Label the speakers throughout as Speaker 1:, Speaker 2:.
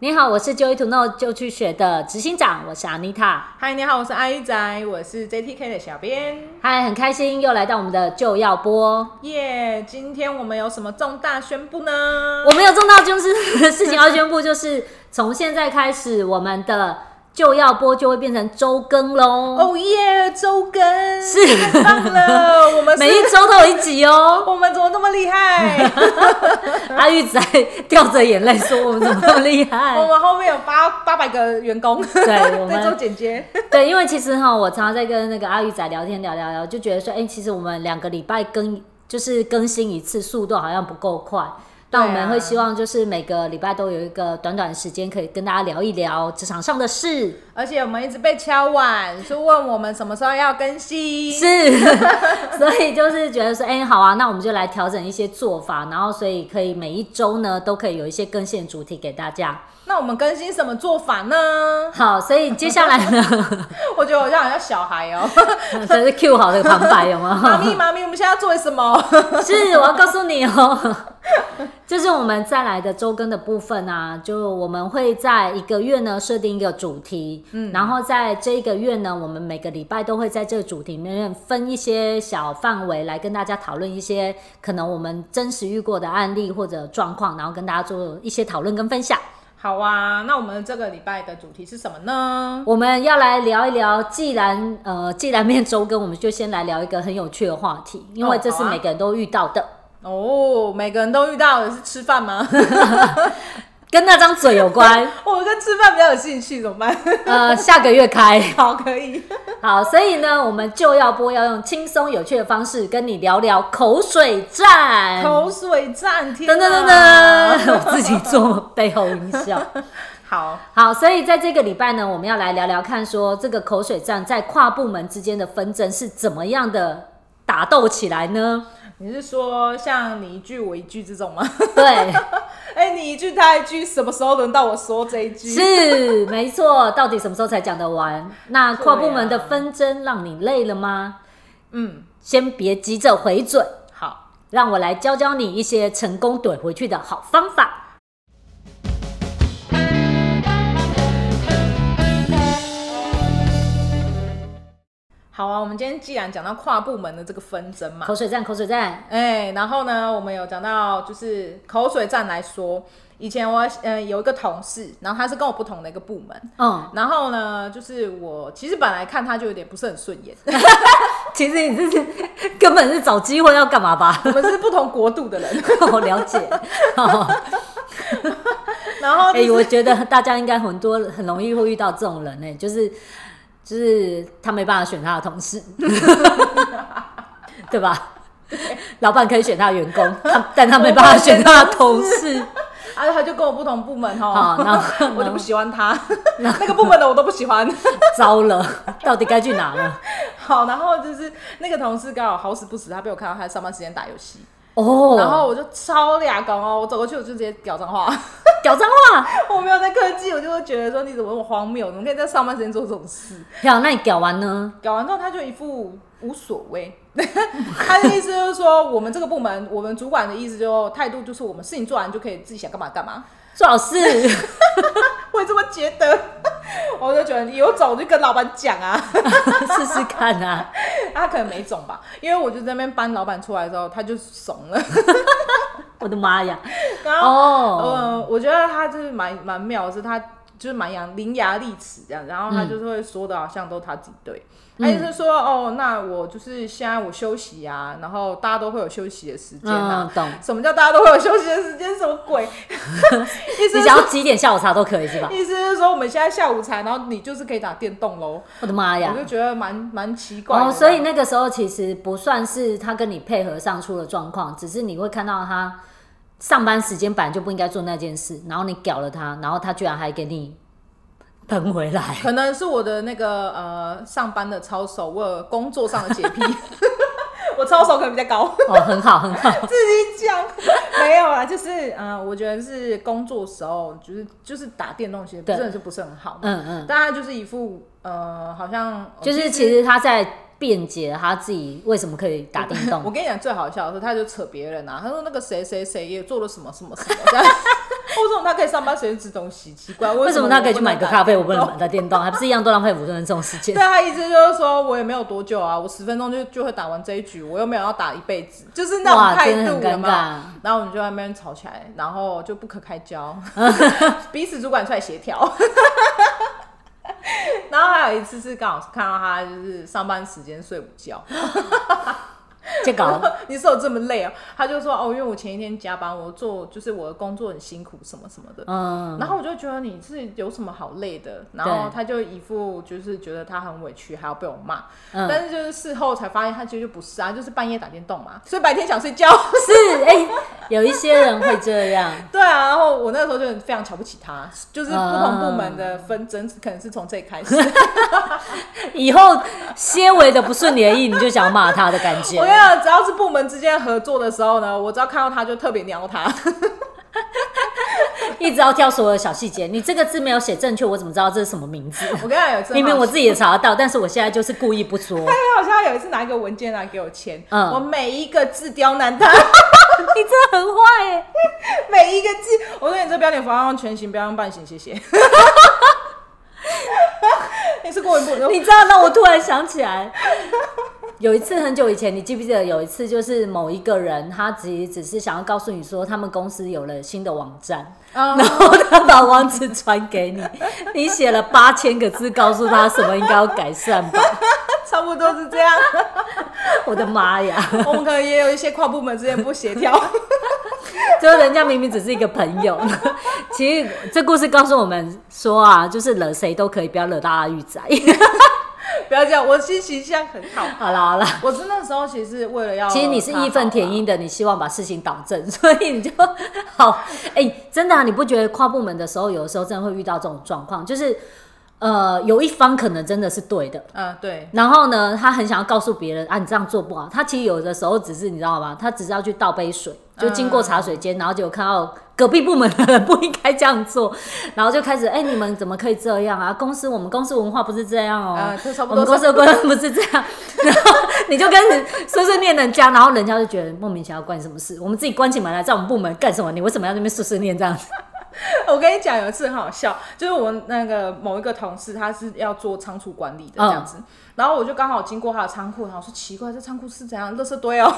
Speaker 1: 你好，我是 Joy to Know 就去学的执行长，我是 Anita。
Speaker 2: 嗨，你好，我是阿一仔，我是 JTK 的小编。
Speaker 1: 嗨，很开心又来到我们的就要播。
Speaker 2: 耶、今天我们有什么重大宣布呢？
Speaker 1: 我没有重大就是事情要宣布，就是从现在开始，我们的就要播就会变成周更喽。
Speaker 2: 哦耶，周更
Speaker 1: 是
Speaker 2: 太棒 了！我们
Speaker 1: 每一
Speaker 2: 是，
Speaker 1: 周都有一集哦。
Speaker 2: 我们怎么那么厉 害？
Speaker 1: 阿玉仔掉着眼泪说：“我们怎么那么厉害
Speaker 2: 我？”们后面有八八百个员工，
Speaker 1: 对，我
Speaker 2: 在做
Speaker 1: 们
Speaker 2: 剪接。
Speaker 1: 对，因为其实哈，我常常在跟那个阿玉仔聊天，聊聊聊，就觉得说，哎、其实我们两个礼拜更就是更新一次，速度好像不够快。但我
Speaker 2: 对
Speaker 1: 们
Speaker 2: 啊
Speaker 1: 会希望就是每个礼拜都有一个短短的时间，可以跟大家聊一聊职场上的事。
Speaker 2: 而且我们一直被敲碗，说问我们什么时候要更新。
Speaker 1: 是， 所以就是觉得说，哎、好啊，那我们就来调整一些做法，然后所以可以每一周呢都可以有一些更新的主题给大家。
Speaker 2: 那我们更新什么做法呢？
Speaker 1: 好，所以接下来呢，
Speaker 2: 我觉得我像好像小孩哦、
Speaker 1: 这是 Q 好的旁白有吗？
Speaker 2: 妈咪，妈咪，我们现在要做什么？
Speaker 1: 是，我要告诉你哦， 就是我们再来的周更的部分啊，就我们会在一个月呢设定一个主题，嗯，然后在这一个月呢，我们每个礼拜都会在这个主题里面分一些小范围来跟大家讨论一些可能我们真实遇过的案例或者状况，然后跟大家做一些讨论跟分享。
Speaker 2: 好啊，那我们这个礼拜的主题是什么呢？
Speaker 1: 我们要来聊一聊，既然呃既然面周更，我们就先来聊一个很有趣的话题，因为
Speaker 2: 哦
Speaker 1: 这是
Speaker 2: 好啊
Speaker 1: 每个人都遇到的，
Speaker 2: 哦，每个人都遇到的是吃饭吗？
Speaker 1: 跟那张嘴有关。
Speaker 2: 我跟吃饭比较有兴趣，怎么办？
Speaker 1: 呃，下个月开。
Speaker 2: 好，可以。
Speaker 1: 好，所以呢，我们就要播要用轻松有趣的方式跟你聊聊口水战。
Speaker 2: 口水战，天
Speaker 1: 嗯
Speaker 2: 啊
Speaker 1: 噔噔噔
Speaker 2: 哪
Speaker 1: 噔，我自己做背后音效。
Speaker 2: 好，
Speaker 1: 好，所以在这个礼拜呢，我们要来聊聊看，说这个口水战在跨部门之间的纷争是怎么样的打斗起来呢？
Speaker 2: 你是说像你一句我一句这种吗？
Speaker 1: 对，
Speaker 2: 哎、你一句他一句，什么时候轮到我说这一句？
Speaker 1: 是没错。到底什么时候才讲得完？那跨部门的
Speaker 2: 啊
Speaker 1: 纷争让你累了吗？
Speaker 2: 嗯，
Speaker 1: 先别急着回嘴。
Speaker 2: 好。
Speaker 1: 让我来教教你一些成功怼回去的好方法。
Speaker 2: 好啊，我们今天既然讲到跨部门的这个纷争嘛
Speaker 1: 口，水战，口水战，
Speaker 2: 哎、然后呢，我们有讲到就是口水战来说，以前我呃有一个同事，然后他是跟我不同的一个部门，
Speaker 1: 嗯，
Speaker 2: 然后呢，就是我其实本来看他就有点不是很顺眼，
Speaker 1: 其实你这是根本是找机会要干嘛吧？
Speaker 2: 我们是不同国度的人，
Speaker 1: 我了解。哦
Speaker 2: 然后
Speaker 1: 哎、
Speaker 2: 就是、
Speaker 1: 我觉得大家应该很多很容易会遇到这种人呢、就是就是他没办法选他的同 事，对吧？老板可以选他的员 工，他但他没办法选他的同事。
Speaker 2: 啊，他就跟我不同部 门
Speaker 1: 好，
Speaker 2: 哦，
Speaker 1: 然后
Speaker 2: 我就不喜 欢他，那个部门的我都不喜欢。
Speaker 1: 糟了，到底该去哪了？
Speaker 2: 好，然后就是那个同事刚好好死不死，他被我看到他上班时间打游戏，
Speaker 1: 哦，
Speaker 2: 然后我就超俩公哦，我走过去我就直接屌脏话，
Speaker 1: 屌脏话。
Speaker 2: 我没有在客气，我就会觉得说你怎么那么荒谬，怎么可以在上班时间做这种事？
Speaker 1: 好，那你屌完呢？
Speaker 2: 搞完之后他就一副无所谓， 他的意思就是说，我们这个部门，我们主管的意思就态度就是，我们事情做完就可以自己想干嘛干嘛。
Speaker 1: 最好是
Speaker 2: 我也这么觉得， 我就觉得你有种就跟老板讲啊，
Speaker 1: 试试看啊。
Speaker 2: 他可能没种吧，因为我就在那边搬老板出来之后，他就怂了。
Speaker 1: 我的妈呀！
Speaker 2: 然后，
Speaker 1: 哦，
Speaker 2: 呃，我觉得他就是蛮蛮妙的是，他就是蛮牙伶牙俐齿这样，然后他就是会说的好像都他自己对。
Speaker 1: 嗯
Speaker 2: 他就是说，哦，那我就是现在我休息啊，然后大家都会有休息的时间啊
Speaker 1: 嗯，。懂。
Speaker 2: 什么叫大家都会有休息的时间？什么鬼？意思
Speaker 1: 你
Speaker 2: 是
Speaker 1: 想要几点下午茶都可以是吧？
Speaker 2: 意思是说，我们现在下午茶，然后你就是可以打电动喽。
Speaker 1: 我的妈呀
Speaker 2: 我！就觉得蛮蛮奇怪的。
Speaker 1: 啊哦，所以那个时候其实不算是他跟你配合上出了状况，只是你会看到他上班时间本来就不应该做那件事，然后你屌了他，然后他居然还给你喷回来。
Speaker 2: 可能是我的那个呃上班的操守，我有工作上的洁癖， 我操守可能比较高。
Speaker 1: 哦，很好，很好。
Speaker 2: 自己讲没有啦，就是嗯、呃我觉得是工作时候，就是就是打电动，其实
Speaker 1: 对
Speaker 2: 真的是不是很好嘛。
Speaker 1: 嗯嗯，
Speaker 2: 但他就是一副呃，好像
Speaker 1: 就是其实他在辩解他自己为什么可以打电动
Speaker 2: 我。跟你讲最好笑的是，他就扯别人啊，他说那个谁谁谁也做了什么什么什么，这样为什么他可以上班时间吃东西？奇 怪，
Speaker 1: 为
Speaker 2: 为
Speaker 1: 什么
Speaker 2: 么
Speaker 1: 他可以去买个咖啡，我不能
Speaker 2: 买？
Speaker 1: 买台电动，还不是一样都浪费五分钟这种时间
Speaker 2: 对？他意思就是说，我也没有多久啊，我十分钟就就会打完这一局，我又没有要打一辈子，就是那
Speaker 1: 哇
Speaker 2: 种态
Speaker 1: 真的
Speaker 2: 度
Speaker 1: 很尴
Speaker 2: 有没有
Speaker 1: 尬
Speaker 2: 然后我们就在那边吵起来，然后就不可开 交，彼此主管出来协调。 然后还有一次是刚好是看到他就是上班时间睡午觉，
Speaker 1: 就搞了
Speaker 2: 你是有这么累啊？他就说哦，因为我前一天加班，我做就是我的工作很辛苦什么什么的。
Speaker 1: 嗯，
Speaker 2: 然后我就觉得你是有什么好累的，然后他就一副就是觉得他很委屈，还要被我骂。
Speaker 1: 嗯
Speaker 2: 但是就是事后才发现他其实就不是啊，就是半夜打电动嘛，所以白天想睡觉。
Speaker 1: 是哎、有一些人会这样，
Speaker 2: 对啊，然后我那时候就很非常瞧不起他，就是不同部门
Speaker 1: 嗯
Speaker 2: 的纷争可能是从这里开 始。
Speaker 1: 以后些微的不顺你的意，你就想骂他的感觉
Speaker 2: 我跟。你讲，只要是部门之间合作的时候呢，我只要看到他就特别瞄他。
Speaker 1: 一直要挑所有小细节。你这个字没有写正确，我怎么知道这是什么名 字？
Speaker 2: 我跟你讲，有一次
Speaker 1: 明明
Speaker 2: 好
Speaker 1: 我自己也查得到，但是我现在就是故意不 说。你
Speaker 2: 他好像有一次拿一个文件来给我签，
Speaker 1: 嗯
Speaker 2: 我每一个字刁难他，
Speaker 1: 真的很坏欸耶、
Speaker 2: 每一个字，我说你这标点符号用全形，不要用半形，谢 谢。你是过一步，
Speaker 1: 你
Speaker 2: 你
Speaker 1: 知道，那我突然想起来，有一次很久以前，你记不记得有一次，就是某一个人，他只只是想要告诉你说，他们公司有了新的网站，
Speaker 2: 啊
Speaker 1: 然后他把网址传给你，你写了八千个字，告诉他什么应该要改善吧。
Speaker 2: 差不多是 这样。
Speaker 1: 我的妈呀！
Speaker 2: 我们可能也有一些跨部门之间不协调。
Speaker 1: 就是人家明明只是一个朋友， 其实这故事告诉我们说啊，就是惹谁都可以，不要惹到阿玉仔。
Speaker 2: 不要这样，我其实形象很好。
Speaker 1: 好啦好啦，
Speaker 2: 我是那时候其实是为了要，
Speaker 1: 其实你是义愤填。膺的，你希望把事情导正， 所以你就好。哎、真的啊，你不觉得跨部门的时候，有的时候真的会遇到这种状况，就是呃，有一方可能真的是对的。
Speaker 2: 嗯，对，
Speaker 1: 然后呢，他很想要告诉别人啊，你这样做不好。他其实有的时候只是你知道吗？他只是要去倒杯水，就
Speaker 2: 嗯
Speaker 1: 经过茶水间，然后就看到隔壁部门的人不应该这样做，然后就开始哎，你们怎么可以这样啊？公司我们公司文化不是这样哦，
Speaker 2: 啊这差不
Speaker 1: 我
Speaker 2: 多
Speaker 1: 们公司的规范不是这样。然后你就跟人碎碎念人家，然后人家就觉得莫名其妙关你什么事？我们自己关起门来在我们部门干什么？你为什么要在那边碎碎念这样子？
Speaker 2: 我跟你讲，有一次很好笑，就是我那个某一个同事，他是要做仓储管理的
Speaker 1: 嗯
Speaker 2: 这样子，然后我就刚好经过他的仓库，然后我说奇怪，这仓库是怎样，垃圾堆哦，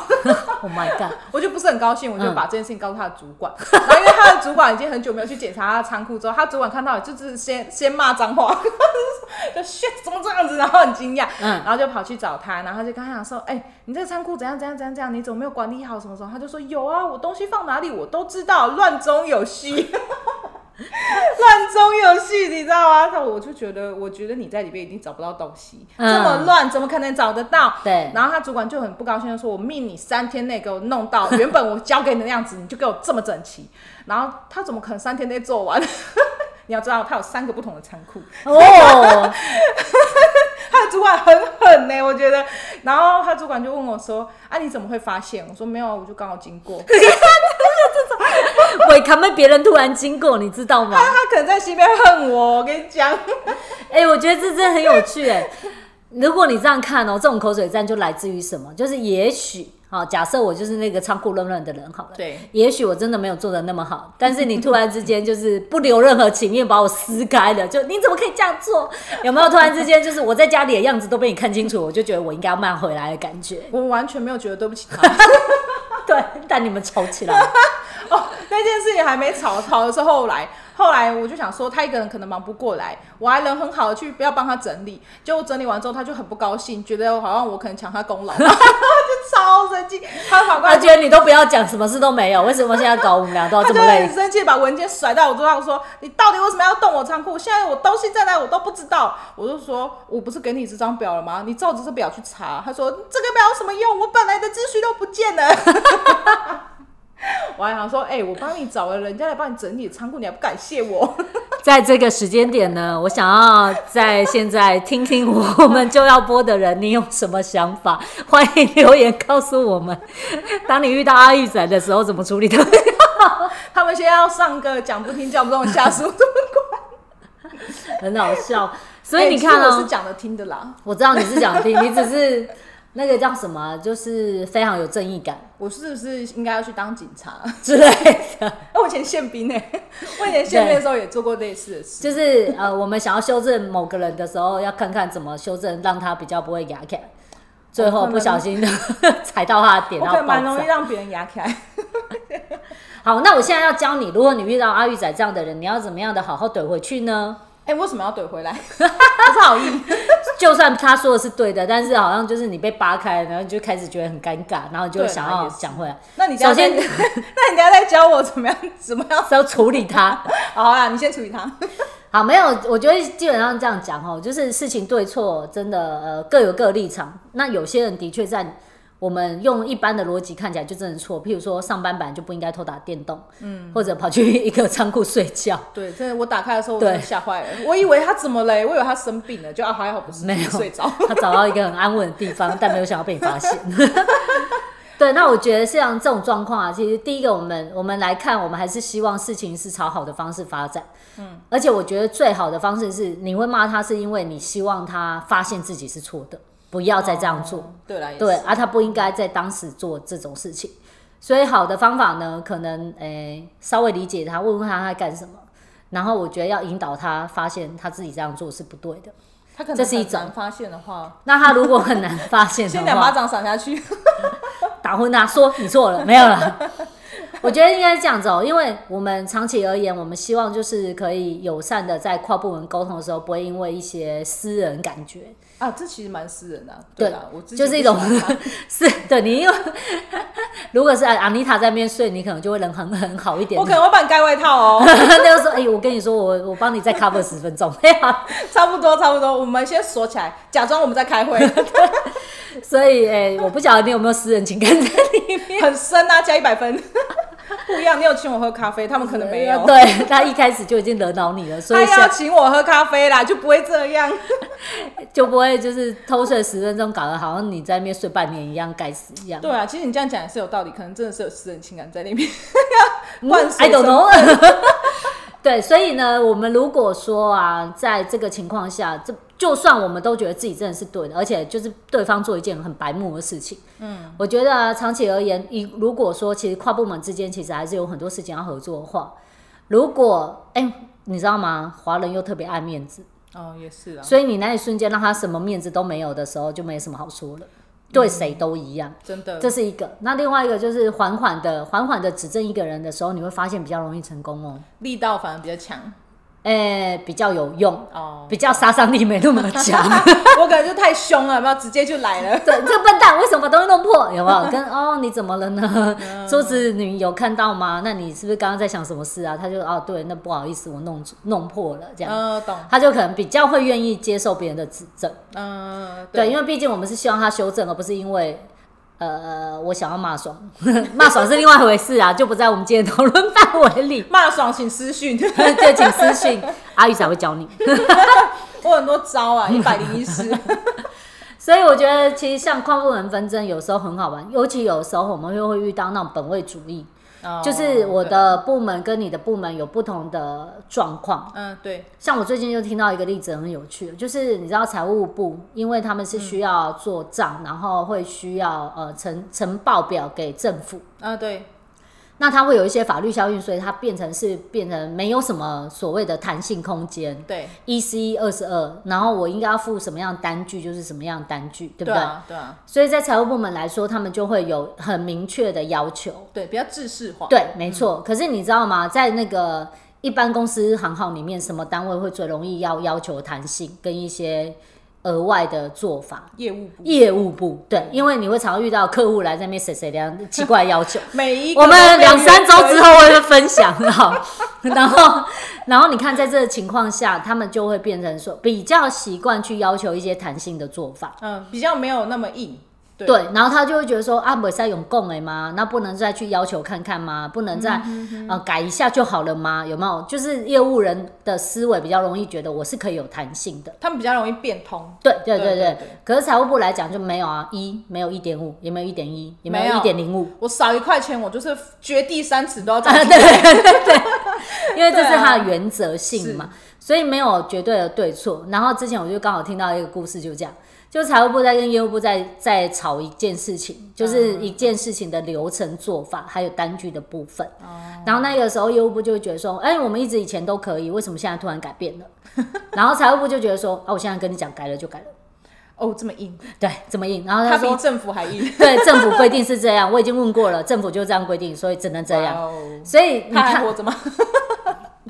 Speaker 1: Oh my god！
Speaker 2: 我就不是很高兴，我
Speaker 1: 嗯
Speaker 2: 就把这件事情告诉他的主管，然后因为他的主管已经很久没有去检查他的仓库，之后他主管看到了就是先先骂脏话， 就 shit 怎么这样子，然后很惊讶，
Speaker 1: 嗯
Speaker 2: 然后就跑去找他，然后就跟他讲说，哎、你这个仓库怎样怎样怎样怎样，你怎么没有管理好什么什么？他就说有啊，我东西放哪里我都知道，乱中有序。 乱中有序，你知道吗？他我就觉得，我觉得你在里面一定找不到东西，
Speaker 1: 嗯
Speaker 2: 这么乱，怎么可能找得到？
Speaker 1: 对
Speaker 2: 然后他主管就很不高兴的说：“我命你三天内给我弄到 原本我交给你的样子，你就给我这么整齐。”然后他怎么可能三天内做完？ 你要知道，他有三个不同的仓库，
Speaker 1: 哦，
Speaker 2: 他的主管很狠呢、我觉得。然后他主管就问我说：“啊，你怎么会发现？”我说：“没有啊，我就刚好经过。”
Speaker 1: 我扛被别人突然经过，你知道吗？
Speaker 2: 他可能在心里面恨我，我跟你讲。
Speaker 1: 哎、我觉得这真的很有趣哎、如果你这样看哦，这种口水战就来自于什么？就是也许，好、假设我就是那个仓库乱乱的人好了，
Speaker 2: 对
Speaker 1: 也许我真的没有做的那么好，但是你突然之间就是不留任何情面把我撕开了，就你怎么可以这样做？有没有突然之间就是我在家里的样子都被你看清楚，我就觉得我应该要慢回来的感觉？
Speaker 2: 我完全没有觉得对不起他。
Speaker 1: 对，但你们吵起来了，
Speaker 2: 哦，那件事情还没吵，吵的是后来，后来我就想说他一个人可能忙不过来，我还人很好的去不要帮他整理，结果整理完之后他就很不高兴，觉得好像我可能抢他功劳， 就超生气，他跑过
Speaker 1: 他
Speaker 2: 来
Speaker 1: 觉得你都不要讲，什么事都没有，为什么现在搞我们俩都要
Speaker 2: 他
Speaker 1: 这
Speaker 2: 就
Speaker 1: 哦么累
Speaker 2: 很？生气，把文件甩到我桌上，说：“你到底为什么要动我仓库？现在我东西在哪，我都不知道。”我就说：“我不是给你这张表了吗？你照着这表去查。”他说：“这个表有什么用？我本来的秩序都不见了。” 我还想说：“哎、我帮你找了人家来帮你整理仓库，你还不感谢我？”
Speaker 1: 在这个时间点呢，我想要在现在听听我们就要播的人，你有什么想法？ 欢迎留言告诉我们。当你遇到阿玉仔的时候，怎么处理的？
Speaker 2: 他们现在要上个讲不听讲不动的下属，
Speaker 1: 很好笑。所以你
Speaker 2: 哎
Speaker 1: 看
Speaker 2: 其实我
Speaker 1: 哦
Speaker 2: 哎是，讲的听的啦。
Speaker 1: 我知道你是想听，你只是那个叫什么，啊就是非常有正义感
Speaker 2: 我是不是应该要去当警察？
Speaker 1: 之类的。
Speaker 2: 哎我以前宪兵呢、 我以前宪兵的时候也做过类似的事。
Speaker 1: 就是呃，我们想要修正某个人的时候，要看看怎么修正，让他比较不会牙起来。最后不小心的踩到他的点，
Speaker 2: 我
Speaker 1: 然
Speaker 2: 可
Speaker 1: 后
Speaker 2: 能
Speaker 1: 爆
Speaker 2: 蛮容易
Speaker 1: 炸。
Speaker 2: 让别人压起来。
Speaker 1: 好，那我现在要教你，如果你遇到阿玉仔这样的人，你要怎么样的好好怼回去呢？
Speaker 2: 哎、为什么要怼回来？ 不是好意。
Speaker 1: 就算他说的是对的，但是好像就是你被扒开，然后你就开始觉得很尴尬，然后你就
Speaker 2: 对
Speaker 1: 想
Speaker 2: 啦
Speaker 1: 要
Speaker 2: 也是
Speaker 1: 讲回来，
Speaker 2: 那你等一下
Speaker 1: 首先
Speaker 2: 再 那你等一下再教我怎么样 怎么样？
Speaker 1: 是要处理他。
Speaker 2: 好啦，你先处理他。
Speaker 1: 好，没有，我觉得基本上这样讲哦，就是事情对错真的呃各有各立场。那有些人的确在我们用一般的逻辑看起来就真的错，譬如说上班本来就不应该偷打电动，嗯，或者跑去一个仓库睡觉，
Speaker 2: 对，真的，我打开的时候我
Speaker 1: 对
Speaker 2: 真的吓坏了，我以为他怎么了，欸我以为他生病了，就啊还好不是，
Speaker 1: 没有
Speaker 2: 睡着。
Speaker 1: 他找到一个很安稳的地方， 但没有想要被你发现。 对，那我觉得像这种状况啊，其实第一个我们我们来看，我们还是希望事情是朝好的方式发展。嗯，而且我觉得最好的方式是，你会骂他是因为你希望他发现自己是错的，不要再这样做。
Speaker 2: 对啦，也
Speaker 1: 对
Speaker 2: 是，
Speaker 1: 啊，他不应该在当时做这种事情。所以好的方法呢，可能诶、稍微理解他，问问他他在干什么，然后我觉得要引导他发现他自己这样做是不对的。
Speaker 2: 他可能
Speaker 1: 这是一
Speaker 2: 很难
Speaker 1: 种
Speaker 2: 发现的话，
Speaker 1: 那他如果很难发现的
Speaker 2: 先
Speaker 1: 话，
Speaker 2: 两巴掌赏下 去。
Speaker 1: 打昏他，说你错了，没有了。我觉得应该是这样子哦、因为我们长期而言，我们希望就是可以友善的在跨部门沟通的时候，不会因为一些私人感觉，
Speaker 2: 啊，这其实蛮私人的啊、
Speaker 1: 对
Speaker 2: 啦，我自己
Speaker 1: 就是一
Speaker 2: 不
Speaker 1: 种
Speaker 2: 喜欢他
Speaker 1: 是对你因为如果是安妮塔在那边睡，你可能就会人很很好一点
Speaker 2: 我可。能会帮你盖外套 哦，
Speaker 1: 那就说，哎、我跟你说，我我帮你再 cover 十分钟，没有啊
Speaker 2: 差不多差不多，我们先锁起来，假装我们在开会，
Speaker 1: 所以，哎、我不晓得你有没有私人情感在里面。
Speaker 2: 很深啊，加一百分， 不一样。你有请我喝咖啡，他们可能没有。
Speaker 1: 对他一开始就已经惹恼你了，所
Speaker 2: 他
Speaker 1: 以
Speaker 2: 要
Speaker 1: 想
Speaker 2: 请我喝咖啡啦，就不会这样。
Speaker 1: 就不会就是偷睡十分钟，搞得好像你在那边睡半年一样，该死一样。
Speaker 2: 对啊，其实你这样讲也是有道理，可能真的是有私人情感在里 面。
Speaker 1: 嗯
Speaker 2: 灌水
Speaker 1: I don't know 对，所以呢，我们如果说啊，在这个情况下，这就算我们都觉得自己真的是对的，而且就是对方做一件很白目的事情，嗯，我觉得啊、长期而言，一如果说其实跨部门之间其实还是有很多事情要合作的话，如果哎、你知道吗？华人又特别爱面子，
Speaker 2: 哦，也是啊，
Speaker 1: 所以你那一瞬间让他什么面子都没有的时候，就没什么好说了，对谁都一样。
Speaker 2: 真的
Speaker 1: 这是一个，那另外一个就是缓缓的、缓缓的指正一个人的时候，你会发现比较容易成功哦，
Speaker 2: 力道反而比较强
Speaker 1: 诶、比较有用，
Speaker 2: 哦。
Speaker 1: 比较杀伤力没那么强。
Speaker 2: 我可能就太凶了，有没有直接就来了。
Speaker 1: 对，这笨蛋为什么把东西弄破？有没有？跟哦，你怎么了呢？桌子你有看到吗？那你是不是刚刚在想什么事啊？他就哦，对，那不好意思，我弄弄破了这样。
Speaker 2: 嗯、懂。
Speaker 1: 他就可能比较会愿意接受别人的指正，
Speaker 2: 嗯、
Speaker 1: 对，因为毕竟我们是希望他修正，而不是因为呃我想要骂爽， 骂爽是另外一回事啊，就不在我们今天讨论范围里。
Speaker 2: 骂爽请私讯，
Speaker 1: 对，请私信阿玉才会教你。
Speaker 2: 我很多招啊，一百零 一师。
Speaker 1: 所以我觉得，其实像跨部门纷争有时候很好玩，尤其有时候我们又会遇到那种本位主义，
Speaker 2: 哦
Speaker 1: 就是我，的部门跟你的部门有不同的状况。
Speaker 2: 对嗯，对，
Speaker 1: 像我最近就听到一个例子很有趣，就是你知道财务部，因为他们是需要做账，然后会需要呃呈呈报表给政府，
Speaker 2: 啊，对，
Speaker 1: 那它会有一些法律效应，所以它变成是变成没有什么所谓的弹性空间。
Speaker 2: 对，啊
Speaker 1: 一十一、E 二十二，然后我应该要付什么样的单据就是什么样的单据，对不对？
Speaker 2: 啊，对啊，
Speaker 1: 所以在财务部门来说，他们就会有很明确的要求。
Speaker 2: 对，比较制式化。
Speaker 1: 对，没错。可是你知道吗？在那个一般公司行号里面，什么单位会最容易要要求弹性跟一些额外的做法？
Speaker 2: 业务部，
Speaker 1: 业务部对，因为你会常常遇到客户来这边谁谁两奇怪的要求，
Speaker 2: 每一个
Speaker 1: 我们
Speaker 2: 都被
Speaker 1: 两三周之
Speaker 2: 约
Speaker 1: 后会分享好， 然后然后你看，在这个情况下，他们就会变成说比较习惯去要求一些弹性的做法，
Speaker 2: 嗯，比较没有那么硬。对
Speaker 1: 对，然后他就会觉得说啊，不在用供哎吗？那不能再去要求看看吗？不能
Speaker 2: 嗯
Speaker 1: 再、呃改一下就好了吗？有没有？就是业务人的思维比较容易觉得我是可以有弹性的。
Speaker 2: 他们比较容易变通，
Speaker 1: 对对
Speaker 2: 对
Speaker 1: 对
Speaker 2: 对
Speaker 1: 对
Speaker 2: 对，
Speaker 1: 可是财务部来讲就没有啊，一没有一点五，也没有一点一，也没
Speaker 2: 没
Speaker 1: 有
Speaker 2: 有
Speaker 1: 一点零五，
Speaker 2: 我少一块钱，我就是掘地三尺都要
Speaker 1: 啊
Speaker 2: 站起
Speaker 1: 对
Speaker 2: 来。
Speaker 1: 对对对，因为这是它
Speaker 2: 啊
Speaker 1: 的原则性嘛，所以没有绝对的对错。然后之前我就刚好听到一个故事，就这样，就财务部在跟业务部在在吵一件事情，
Speaker 2: 嗯
Speaker 1: 就是一件事情的流程做法，还有单据的部分。
Speaker 2: 哦
Speaker 1: 然后那个时候业务部就会觉得说，哎、我们一直以前都可以，为什么现在突然改变了？ 然后财务部就觉得说，啊，我现在跟你讲改了就改了，
Speaker 2: 哦，这么硬，
Speaker 1: 对，怎么硬？然后
Speaker 2: 他
Speaker 1: 他
Speaker 2: 比
Speaker 1: 说，
Speaker 2: 政府还 硬，
Speaker 1: 对，政府规定是这样，我已经问过了，政府就这样规定，所以只能这样。
Speaker 2: 哇哦
Speaker 1: 所以你
Speaker 2: 他还
Speaker 1: 看，
Speaker 2: 活着吗？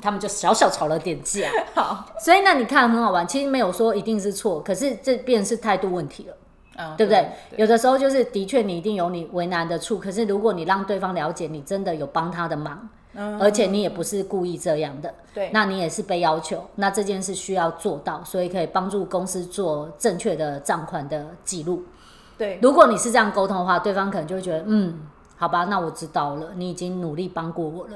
Speaker 1: 他们就小小吵了点架。
Speaker 2: 好，
Speaker 1: 所以那你看很好玩，其实没有说一定是错，可是这便是态度问题了。
Speaker 2: 嗯
Speaker 1: 对不对？有的时候就是的确你一定有你为难的处，可是如果你让对方了解你真的有帮他的忙，
Speaker 2: 嗯
Speaker 1: 而且你也不是故意这样的，
Speaker 2: 对
Speaker 1: 那你也是被要求，那这件事需要做到，所以可以帮助公司做正确的账款的记录。
Speaker 2: 对，
Speaker 1: 如果你是这样沟通的话，对方可能就会觉得，嗯，好吧，那我知道了，你已经努力帮过我了。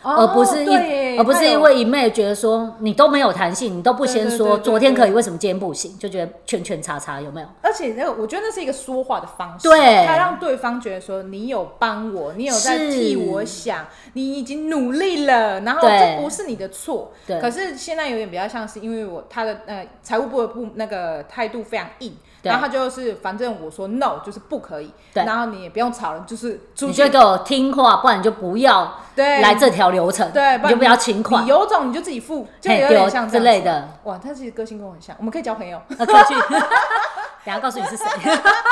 Speaker 1: 而不是
Speaker 2: 哦对
Speaker 1: 一，
Speaker 2: 耶
Speaker 1: 而不是
Speaker 2: 他有
Speaker 1: 因为一昧觉得说你都没有弹性，你都不先
Speaker 2: 对对
Speaker 1: 说
Speaker 2: 对对
Speaker 1: 昨天可以，
Speaker 2: 对
Speaker 1: 为什么今天不行？就觉得圈圈叉叉有没有？
Speaker 2: 而且那个，我觉得那是一个说话的方式，
Speaker 1: 对
Speaker 2: 他让对方觉得说你有帮我，你有在
Speaker 1: 是
Speaker 2: 替我想，你已经努力了，然后
Speaker 1: 对
Speaker 2: 这不是你的错。
Speaker 1: 对
Speaker 2: 可是现在有点比较像是因为我他的呃财务部的部那个态度非常硬，
Speaker 1: 对
Speaker 2: 然后他就是反正我说 no 就是不可以，
Speaker 1: 对
Speaker 2: 然后你也不用吵了，就是出
Speaker 1: 你就
Speaker 2: 去
Speaker 1: 给我听话，不然你就不要
Speaker 2: 对
Speaker 1: 来这条流程，
Speaker 2: 对，
Speaker 1: 你就不要勤
Speaker 2: 你
Speaker 1: 款，
Speaker 2: 有种你就自己付，就
Speaker 1: 嘿
Speaker 2: 有
Speaker 1: 丢
Speaker 2: 点像
Speaker 1: 之
Speaker 2: 这样
Speaker 1: 类
Speaker 2: 子。
Speaker 1: 的。
Speaker 2: 哇，他其实个性跟我很像，我们可以交朋友。
Speaker 1: 那过去， 等一下告诉你是谁。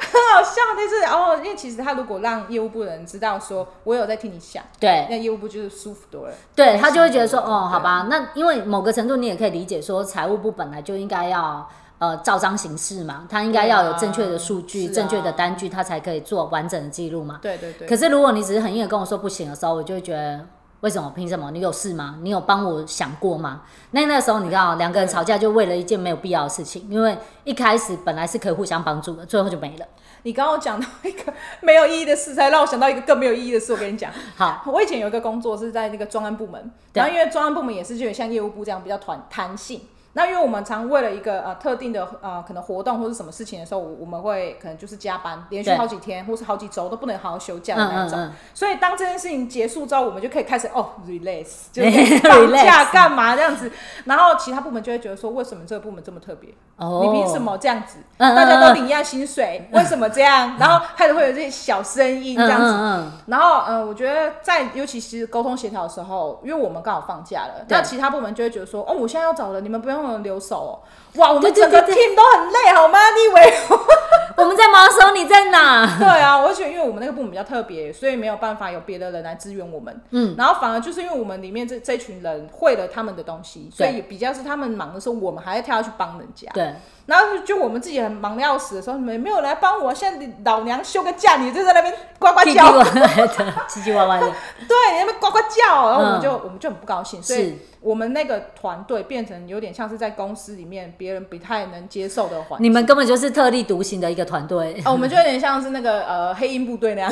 Speaker 2: 很好笑，但是哦，因为其实他如果让业务部的人知道说我有在替你想，
Speaker 1: 对
Speaker 2: 那业务部就是舒服多了。
Speaker 1: 对，他就会觉得说，哦，好吧，那因为某个程度你也可以理解说，财务部本来就应该要。呃，照章行事嘛，他应该要有正确的数据、
Speaker 2: 对啊
Speaker 1: 正确的
Speaker 2: 是啊
Speaker 1: 单据，他才可以做完整的记录嘛。
Speaker 2: 对对对，
Speaker 1: 可是如果你只是很硬的跟我说不行的时候，我就会觉得为什么？凭什么？你有事吗？你有帮我想过吗？那那时候你看啊，两个人吵架就为了一件没有必要的事情，因为一开始本来是可以互相帮助的，最后就没了。
Speaker 2: 你刚刚讲到一个没有意义的事，才让我想到一个更没有意义的事。我跟你讲，
Speaker 1: 好，
Speaker 2: 我以前有一个工作是在那个专案部门，
Speaker 1: 对
Speaker 2: 然后因为专案部门也是就有像业务部这样比较团弹性。那因为我们常为了一个呃特定的呃可能活动或是什么事情的时候，我我们会可能就是加班，连续
Speaker 1: 对
Speaker 2: 好几天或是好几周都不能好好休假
Speaker 1: 嗯
Speaker 2: 的那
Speaker 1: 嗯
Speaker 2: 一种。
Speaker 1: 嗯，
Speaker 2: 所以当这件事情结束之后，我们就可以开始 哦，relax，就是放假
Speaker 1: Relax
Speaker 2: 干嘛这样子。然后其他部门就会觉得说，为什么这个部门这么特别？
Speaker 1: 哦，
Speaker 2: 你凭什？么这样子？
Speaker 1: 嗯嗯嗯
Speaker 2: 大家都领一样薪水，为什么这样？然后开始会有这些小声音
Speaker 1: 嗯
Speaker 2: 这样子。
Speaker 1: 嗯嗯，
Speaker 2: 然后，呃，我觉得在尤其是沟通协调的时候，因为我们刚好放假了，
Speaker 1: 对
Speaker 2: 那其他部门就会觉得说，哦，我现在要走了，你们不用留守哦。哇，我
Speaker 1: 对
Speaker 2: 们
Speaker 1: 对
Speaker 2: 整个
Speaker 1: 对
Speaker 2: team 都很累好吗？你以为
Speaker 1: 我们在忙的时候你在哪？
Speaker 2: 对啊，而且因为我们那个部门比较特别，所以没有办法有别的人来支援我们。
Speaker 1: 嗯，
Speaker 2: 然后反而就是因为我们里面这这群人会了他们的东西，所
Speaker 1: 对
Speaker 2: 以比较是他们忙的时候，我们还要跳下去帮人家。
Speaker 1: 对，
Speaker 2: 然后就我们自己很忙的要死的时候，你们没有来帮我，现在老娘休个假，你就在那边呱呱
Speaker 1: 唧
Speaker 2: 叫
Speaker 1: 唧，歪歪的，唧唧歪歪的，
Speaker 2: 对，你在那边呱呱叫，然后我
Speaker 1: 嗯
Speaker 2: 们就、我们就很不高兴，所
Speaker 1: 是
Speaker 2: 以。我们那个团队变成有点像是在公司里面别人不太能接受的环境。
Speaker 1: 你们根本就是特立独行的一个团队。
Speaker 2: 哦，我们就有点像是那个呃黑鹰部队那样，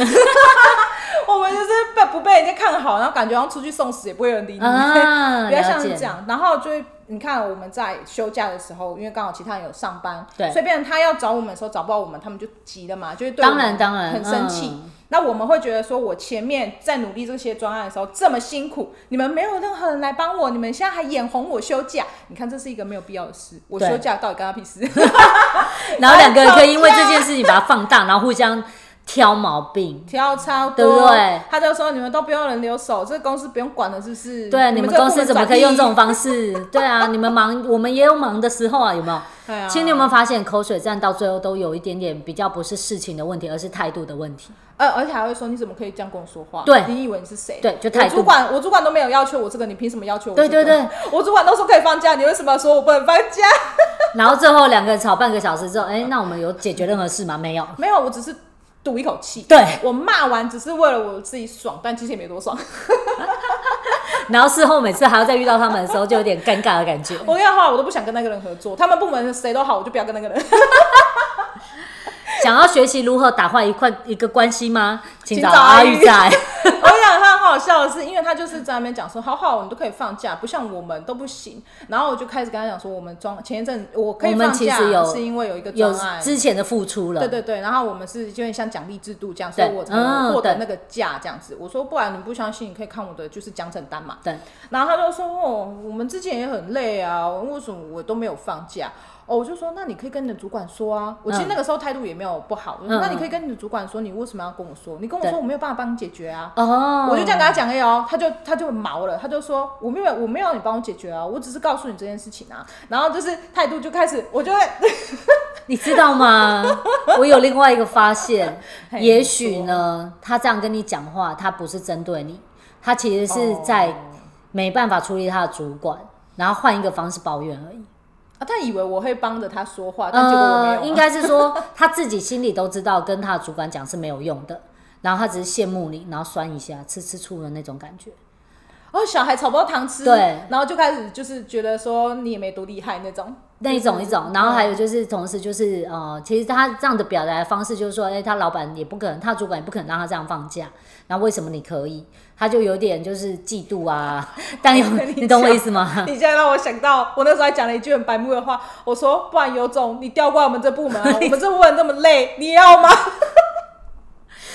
Speaker 2: 我们就是被不被人家看好，然后感觉好像出去送死也不会有人理你，
Speaker 1: 啊，
Speaker 2: 比较像
Speaker 1: 了
Speaker 2: 是
Speaker 1: 解
Speaker 2: 这，样。然后就是你看我们在休假的时候，因为刚好其他人有上班，
Speaker 1: 对
Speaker 2: 所以变成他要找我们的时候找不到我们，他们就急了嘛，就是对我
Speaker 1: 当
Speaker 2: 们
Speaker 1: 然当然，
Speaker 2: 很生气。
Speaker 1: 嗯
Speaker 2: 那我们会觉得说，我前面在努力这些专案的时候这么辛苦，你们没有任何人来帮我，你们现在还眼红我休假，你看这是一个没有必要的事。我
Speaker 1: 对
Speaker 2: 休假到底干他屁 事？
Speaker 1: 然后两个人可以因为这件事情把它放大，然后互相挑毛病。
Speaker 2: 挑超多，
Speaker 1: 对不对
Speaker 2: 他就说你们都不用人留守，这个公司不用管了，是不是？
Speaker 1: 对，你们公司怎么可以用这种
Speaker 2: 方？
Speaker 1: 方式？对 啊，你们忙，我们也有忙的时候啊，有没有？
Speaker 2: 哎呀
Speaker 1: 其实你有没有发现，口水战到最后都有一点点比较不是事情的问题，而是态度的问题。
Speaker 2: 呃，而且还会说你怎么可以这样跟我说话？
Speaker 1: 对
Speaker 2: 你以为你是谁？
Speaker 1: 对就态
Speaker 2: 我
Speaker 1: 度
Speaker 2: 主管，我主管都没有要求我这个，你凭什么要求我、
Speaker 1: 对对对，
Speaker 2: 我主管都说可以放假，你为什么说我不能放假？
Speaker 1: 然后最后两个人吵半个小时之后，哎，那我们有解决任何事吗？没有。
Speaker 2: 没有，我只是赌一口气。
Speaker 1: 对，
Speaker 2: 我骂完只是为了我自己爽，但其实也没多爽。
Speaker 1: 然后事后每次还要再遇到他们的时候，就有点尴尬的感 觉。
Speaker 2: 我跟你讲话，我都不想跟那个人合作。他们部门谁都好，我就不要跟那个人。
Speaker 1: 想要学习如何打坏一块一个关系吗？请
Speaker 2: 请
Speaker 1: 找
Speaker 2: 找
Speaker 1: 阿
Speaker 2: 阿
Speaker 1: 玉
Speaker 2: 玉
Speaker 1: 仔。
Speaker 2: 我跟你讲他很好笑的是，因为他就是在那边讲说，好好，你都可以放假，不像我们都不行。然后我就开始跟他讲说，我们装前一阵我可以
Speaker 1: 我们
Speaker 2: 放假
Speaker 1: 其实有，
Speaker 2: 是因为有一个
Speaker 1: 有
Speaker 2: 专案。
Speaker 1: 之前的付出了，
Speaker 2: 对对对，然后我们是就有点像奖励制度这样，所以
Speaker 1: 嗯对
Speaker 2: 我才有获
Speaker 1: 嗯对
Speaker 2: 得那个假这样子。我说不然你不相信，你可以看我的就是奖惩单嘛。
Speaker 1: 对
Speaker 2: 然后他就说：“哦，我们之前也很累啊，为什么我都没有放假？哦，我就说那你可以跟你的主管说啊。我其实那个时候态度也没有不好，我
Speaker 1: 嗯
Speaker 2: 就说
Speaker 1: 嗯
Speaker 2: 那你可以跟你的主管说，你为什么要跟我说？你跟我
Speaker 1: 对
Speaker 2: 说我没有办法帮你解决啊。
Speaker 1: 哦，
Speaker 2: 我就这样跟他讲哎哦，他就他就毛了，他就说我没有我没有让你帮我解决啊，我只是告诉你这件事情啊，然后就是态度就开始，我就会
Speaker 1: 你知道吗？ 我有另外一个发现，
Speaker 2: 嘿
Speaker 1: 也许呢，他这样跟你讲话，他不是针对你，他其实是在
Speaker 2: 哦
Speaker 1: 没办法处理他的主管，然后换一个方式抱怨而已。
Speaker 2: 啊，他以为我会帮着他说话，但结果我没有
Speaker 1: 呃
Speaker 2: 啊、
Speaker 1: 嗯应该是说 他自己心里都知道，跟他的主管讲是没有用的，然后他只是羡慕你，然后酸一下，吃吃醋的那种感觉。
Speaker 2: 哦，小孩炒不到糖吃，
Speaker 1: 对
Speaker 2: 然后就开始就是觉得说你也没多厉害那种，
Speaker 1: 那一种一
Speaker 2: 嗯
Speaker 1: 种，然后还有就是，同时就是呃，其实他这样的表达方式就是说，哎、他老板也不可能，他主管也不可能让他这样放假，然后为什么你可以？他就有点就是嫉妒 啊，但又你懂我意思吗？
Speaker 2: 你现在让我想到，我那时候还讲了一句很白目的话，我说不然有种你调过来我们这部 门啊、我们这部门这么累，你要吗？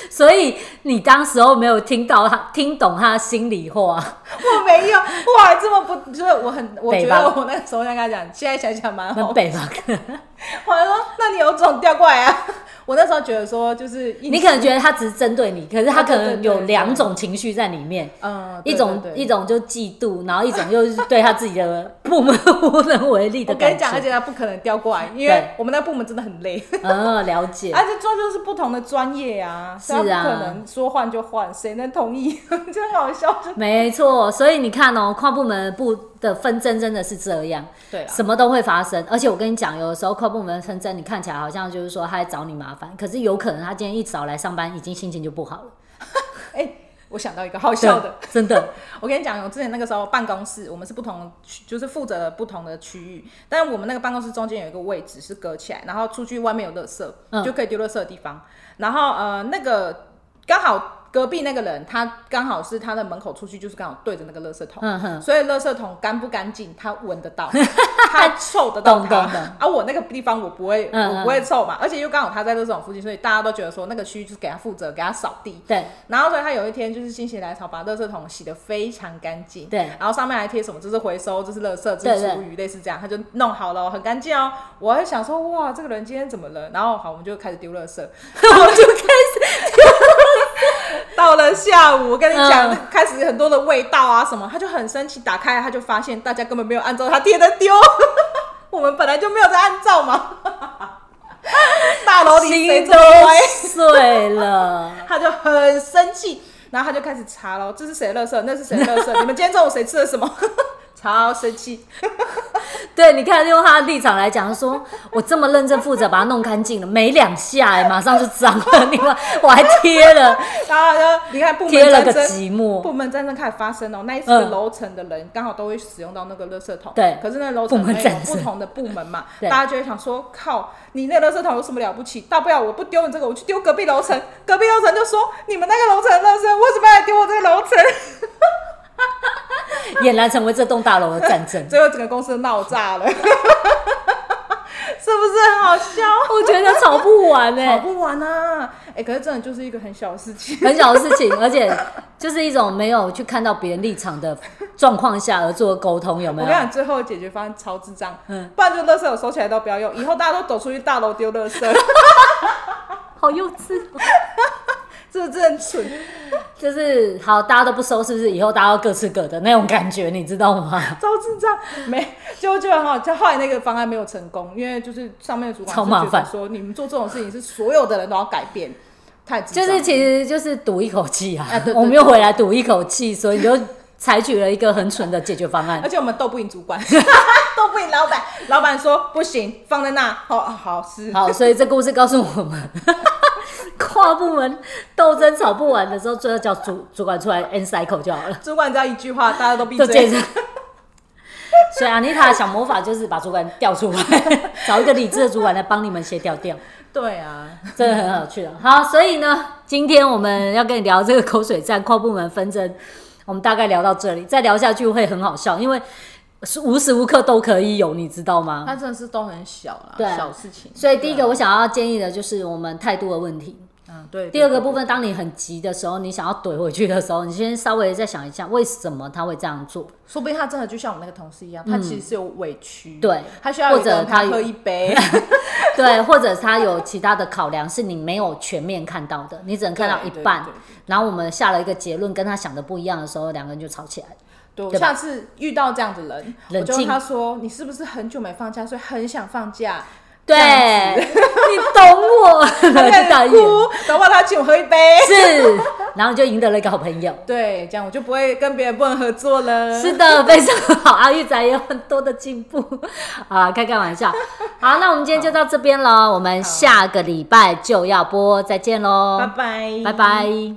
Speaker 1: 所以你当时候没有听到他听懂他的心里
Speaker 2: 哦
Speaker 1: 话，
Speaker 2: 我没 有，我还这么不，就是我很，我觉
Speaker 1: 北吧
Speaker 2: 得我那时候像跟他讲，现在想想蛮
Speaker 1: 那
Speaker 2: 好，
Speaker 1: 北 吧，
Speaker 2: 我还说那你有种调过来啊， 我那时候觉得说就是硬
Speaker 1: 你可能觉得他只是针对你，可是他可
Speaker 2: 对对
Speaker 1: 能
Speaker 2: 对
Speaker 1: 有
Speaker 2: 对
Speaker 1: 两种情绪在里面。
Speaker 2: 嗯
Speaker 1: 一种
Speaker 2: 对对对
Speaker 1: 一种就嫉妒，然后一种又是对他自己的部门 无能为力的
Speaker 2: 我跟
Speaker 1: 感
Speaker 2: 你讲，而
Speaker 1: 觉。
Speaker 2: 且他不可能调过来，因为
Speaker 1: 对
Speaker 2: 我们那部门真的很累。
Speaker 1: 嗯，了解。
Speaker 2: 而且这就是不同的专业啊，
Speaker 1: 是啊
Speaker 2: 所以他不可能说换就换，谁能同意？ 真好笑， 就
Speaker 1: 没错，所以你看哦，跨部门部的纷争真的是这样，
Speaker 2: 对啦，
Speaker 1: 什么都会发生。而且我跟你讲，有的时候跨部门纷争，你看起来好像就是说他在找你麻烦，可是有可能他今天一早来上班，已经心情就不好了。
Speaker 2: 哎、我想到一个好笑的，
Speaker 1: 对，真 的，
Speaker 2: 我跟你讲，我之前那个时候办公室，我们是不同区，就是负责不同的区域，但我们那个办公室中间有一个位置是隔起来，然后出去外面有垃圾，
Speaker 1: 嗯
Speaker 2: 就可以丢垃圾的地方。然后呃，那个刚好隔壁那个人，他刚好是他的门口出去，就是刚好对着那个垃圾桶。
Speaker 1: 嗯哼，
Speaker 2: 所以垃圾桶干不干净，他闻得到，他臭得 到
Speaker 1: 懂
Speaker 2: 他
Speaker 1: 懂懂。
Speaker 2: 啊，我那个地方我不会，
Speaker 1: 嗯嗯
Speaker 2: 我不会臭嘛，而且又刚好他在垃圾桶附近，所以大家都觉得说那个区域就是给他负责，给他扫地。
Speaker 1: 对
Speaker 2: 然后所以他有一天就是心血来潮，把垃圾桶洗得非常干净，
Speaker 1: 对
Speaker 2: 然后上面还贴什么，这是回收，这是垃圾，
Speaker 1: 对
Speaker 2: 这
Speaker 1: 对
Speaker 2: 是厨余，类似这样，他就弄好了哦，很干净哦。我还想说，哇，这个人今天怎么了？然后好，我们就开始丢 垃圾，我就开始到了下午，我跟你讲，
Speaker 1: 嗯
Speaker 2: 开始很多的味道啊什么，他就很生气，打开他就发现大家根本没有按照他贴的丢， 我们本来就没有在按照嘛， 大楼里谁
Speaker 1: 心
Speaker 2: 这
Speaker 1: 都
Speaker 2: 么歪？
Speaker 1: 碎了。
Speaker 2: 他就很生气，然后他就开始查咯，这是谁的垃圾，那是谁的垃 圾，你们今天中午谁吃了什么？ 超生气，
Speaker 1: 对，你看用他的立场来讲，说我这么认真负责把它弄干净了，没两下、哎，马上就脏了， 你们我还贴了
Speaker 2: 然后他就你看部门
Speaker 1: 贴了
Speaker 2: 战
Speaker 1: 个
Speaker 2: 争，
Speaker 1: 寂寞。
Speaker 2: 部门战争开始发生哦，那一次
Speaker 1: 嗯
Speaker 2: 的楼层的人刚好都会使用到那个垃圾桶，
Speaker 1: 对
Speaker 2: 可是那楼
Speaker 1: 部
Speaker 2: 层
Speaker 1: 门
Speaker 2: 里面
Speaker 1: 战
Speaker 2: 有不
Speaker 1: 争
Speaker 2: 同的部门嘛，
Speaker 1: 对
Speaker 2: 大家就会想说，靠，你那个垃圾桶有什么了不起？大不了我不丢你这个，我去丢隔壁 楼层，隔壁楼层就说你们那个楼层的垃圾为什么要来丢我这个楼层？
Speaker 1: 俨然成为这栋大楼的战 争。
Speaker 2: 最后整个公司闹 炸了，是 不是很好笑？
Speaker 1: 我觉得吵不完哎、
Speaker 2: 跑不完啊！哎、可是真的就是一个很小的事情。
Speaker 1: 很小的事情，而且就是一种没有去看到别人立场的状况下而做沟通，有
Speaker 2: 我
Speaker 1: 没
Speaker 2: 跟
Speaker 1: 有
Speaker 2: 你？讲，最后的解决方案超智障，
Speaker 1: 嗯
Speaker 2: 不然就垃圾我收起来都不要用，以后大家都走出去大楼丢垃圾，
Speaker 1: 好幼稚、哦，
Speaker 2: 这真的很蠢。
Speaker 1: 就是好，大家都不收，是不是？以后大家都各吃各的那种感觉，你知道吗？
Speaker 2: 超智障，没就就很好。就后来那个方案没有成功，因为就是上面的主管
Speaker 1: 超
Speaker 2: 是觉
Speaker 1: 麻
Speaker 2: 得
Speaker 1: 烦
Speaker 2: 说你们做这种事情是所有的人都要改变，太智
Speaker 1: 就
Speaker 2: 障
Speaker 1: 是其实就是赌一口气啊，
Speaker 2: 啊对对
Speaker 1: 我们又回来赌一口气，所以你就采取了一个很蠢的解决方案
Speaker 2: 而。且我们斗不赢主 管，斗不赢老板，老板说不行，放在那，好好是，
Speaker 1: 好，所以这故事告诉我们， 跨部门斗争吵不完的时候，最后叫主主管出来 N cycle 就好了。
Speaker 2: 主管只要一句话，大家都闭
Speaker 1: 就这
Speaker 2: 嘴。
Speaker 1: 样。 所以安妮塔的小魔法就是把主管调出来， 找一个理智的主管来帮你们协调调，
Speaker 2: 对啊，
Speaker 1: 真的很有趣啊。好，所以呢，今天我们要跟你聊这个口水战、跨部门纷争，我们大概聊到这里，再聊下去会很好笑，因为是无时无刻都可以有，你知道 吗？
Speaker 2: 他真的是都很小啦，
Speaker 1: 对啊
Speaker 2: 小事情。
Speaker 1: 所以第一个我想要建议的就是我们态度的问题。
Speaker 2: 嗯，对。
Speaker 1: 第二个
Speaker 2: 对
Speaker 1: 部分，当你很急的时候，你想要怼回去的时候，你先稍微再想一下，为什么他会这样做？
Speaker 2: 说不定他真的就像我那个同事一样，他其实是有委屈，
Speaker 1: 嗯对
Speaker 2: 他需要有一个人
Speaker 1: 或者他
Speaker 2: 陪喝一杯，
Speaker 1: 对，或者他有其他的考量是你没有全面看到的，你只能看到一半。
Speaker 2: 对对对
Speaker 1: 然后我们下了一个结论，跟他想的不一样的时候，两个人就吵起来了。
Speaker 2: 对，我
Speaker 1: 对吧
Speaker 2: 下次遇到这样的人，我
Speaker 1: 冷
Speaker 2: 就问
Speaker 1: 静
Speaker 2: 他说：“你是不是很久没 放假，所以很想放假
Speaker 1: 对，你懂我
Speaker 2: 他
Speaker 1: 了，
Speaker 2: 开始
Speaker 1: 就导
Speaker 2: 哭
Speaker 1: 演？”
Speaker 2: 搞不好他请我喝一杯。
Speaker 1: 是，然后你就赢得了一个好朋友。
Speaker 2: 对，这样我就不会跟别人不能合作了。
Speaker 1: 是的，非常好，阿玉仔也有很多的进步 啊，开开玩笑。好，那我们今天就到这边喽，我们下个礼拜就要播，再见喽
Speaker 2: 拜，
Speaker 1: 拜
Speaker 2: 拜，
Speaker 1: 拜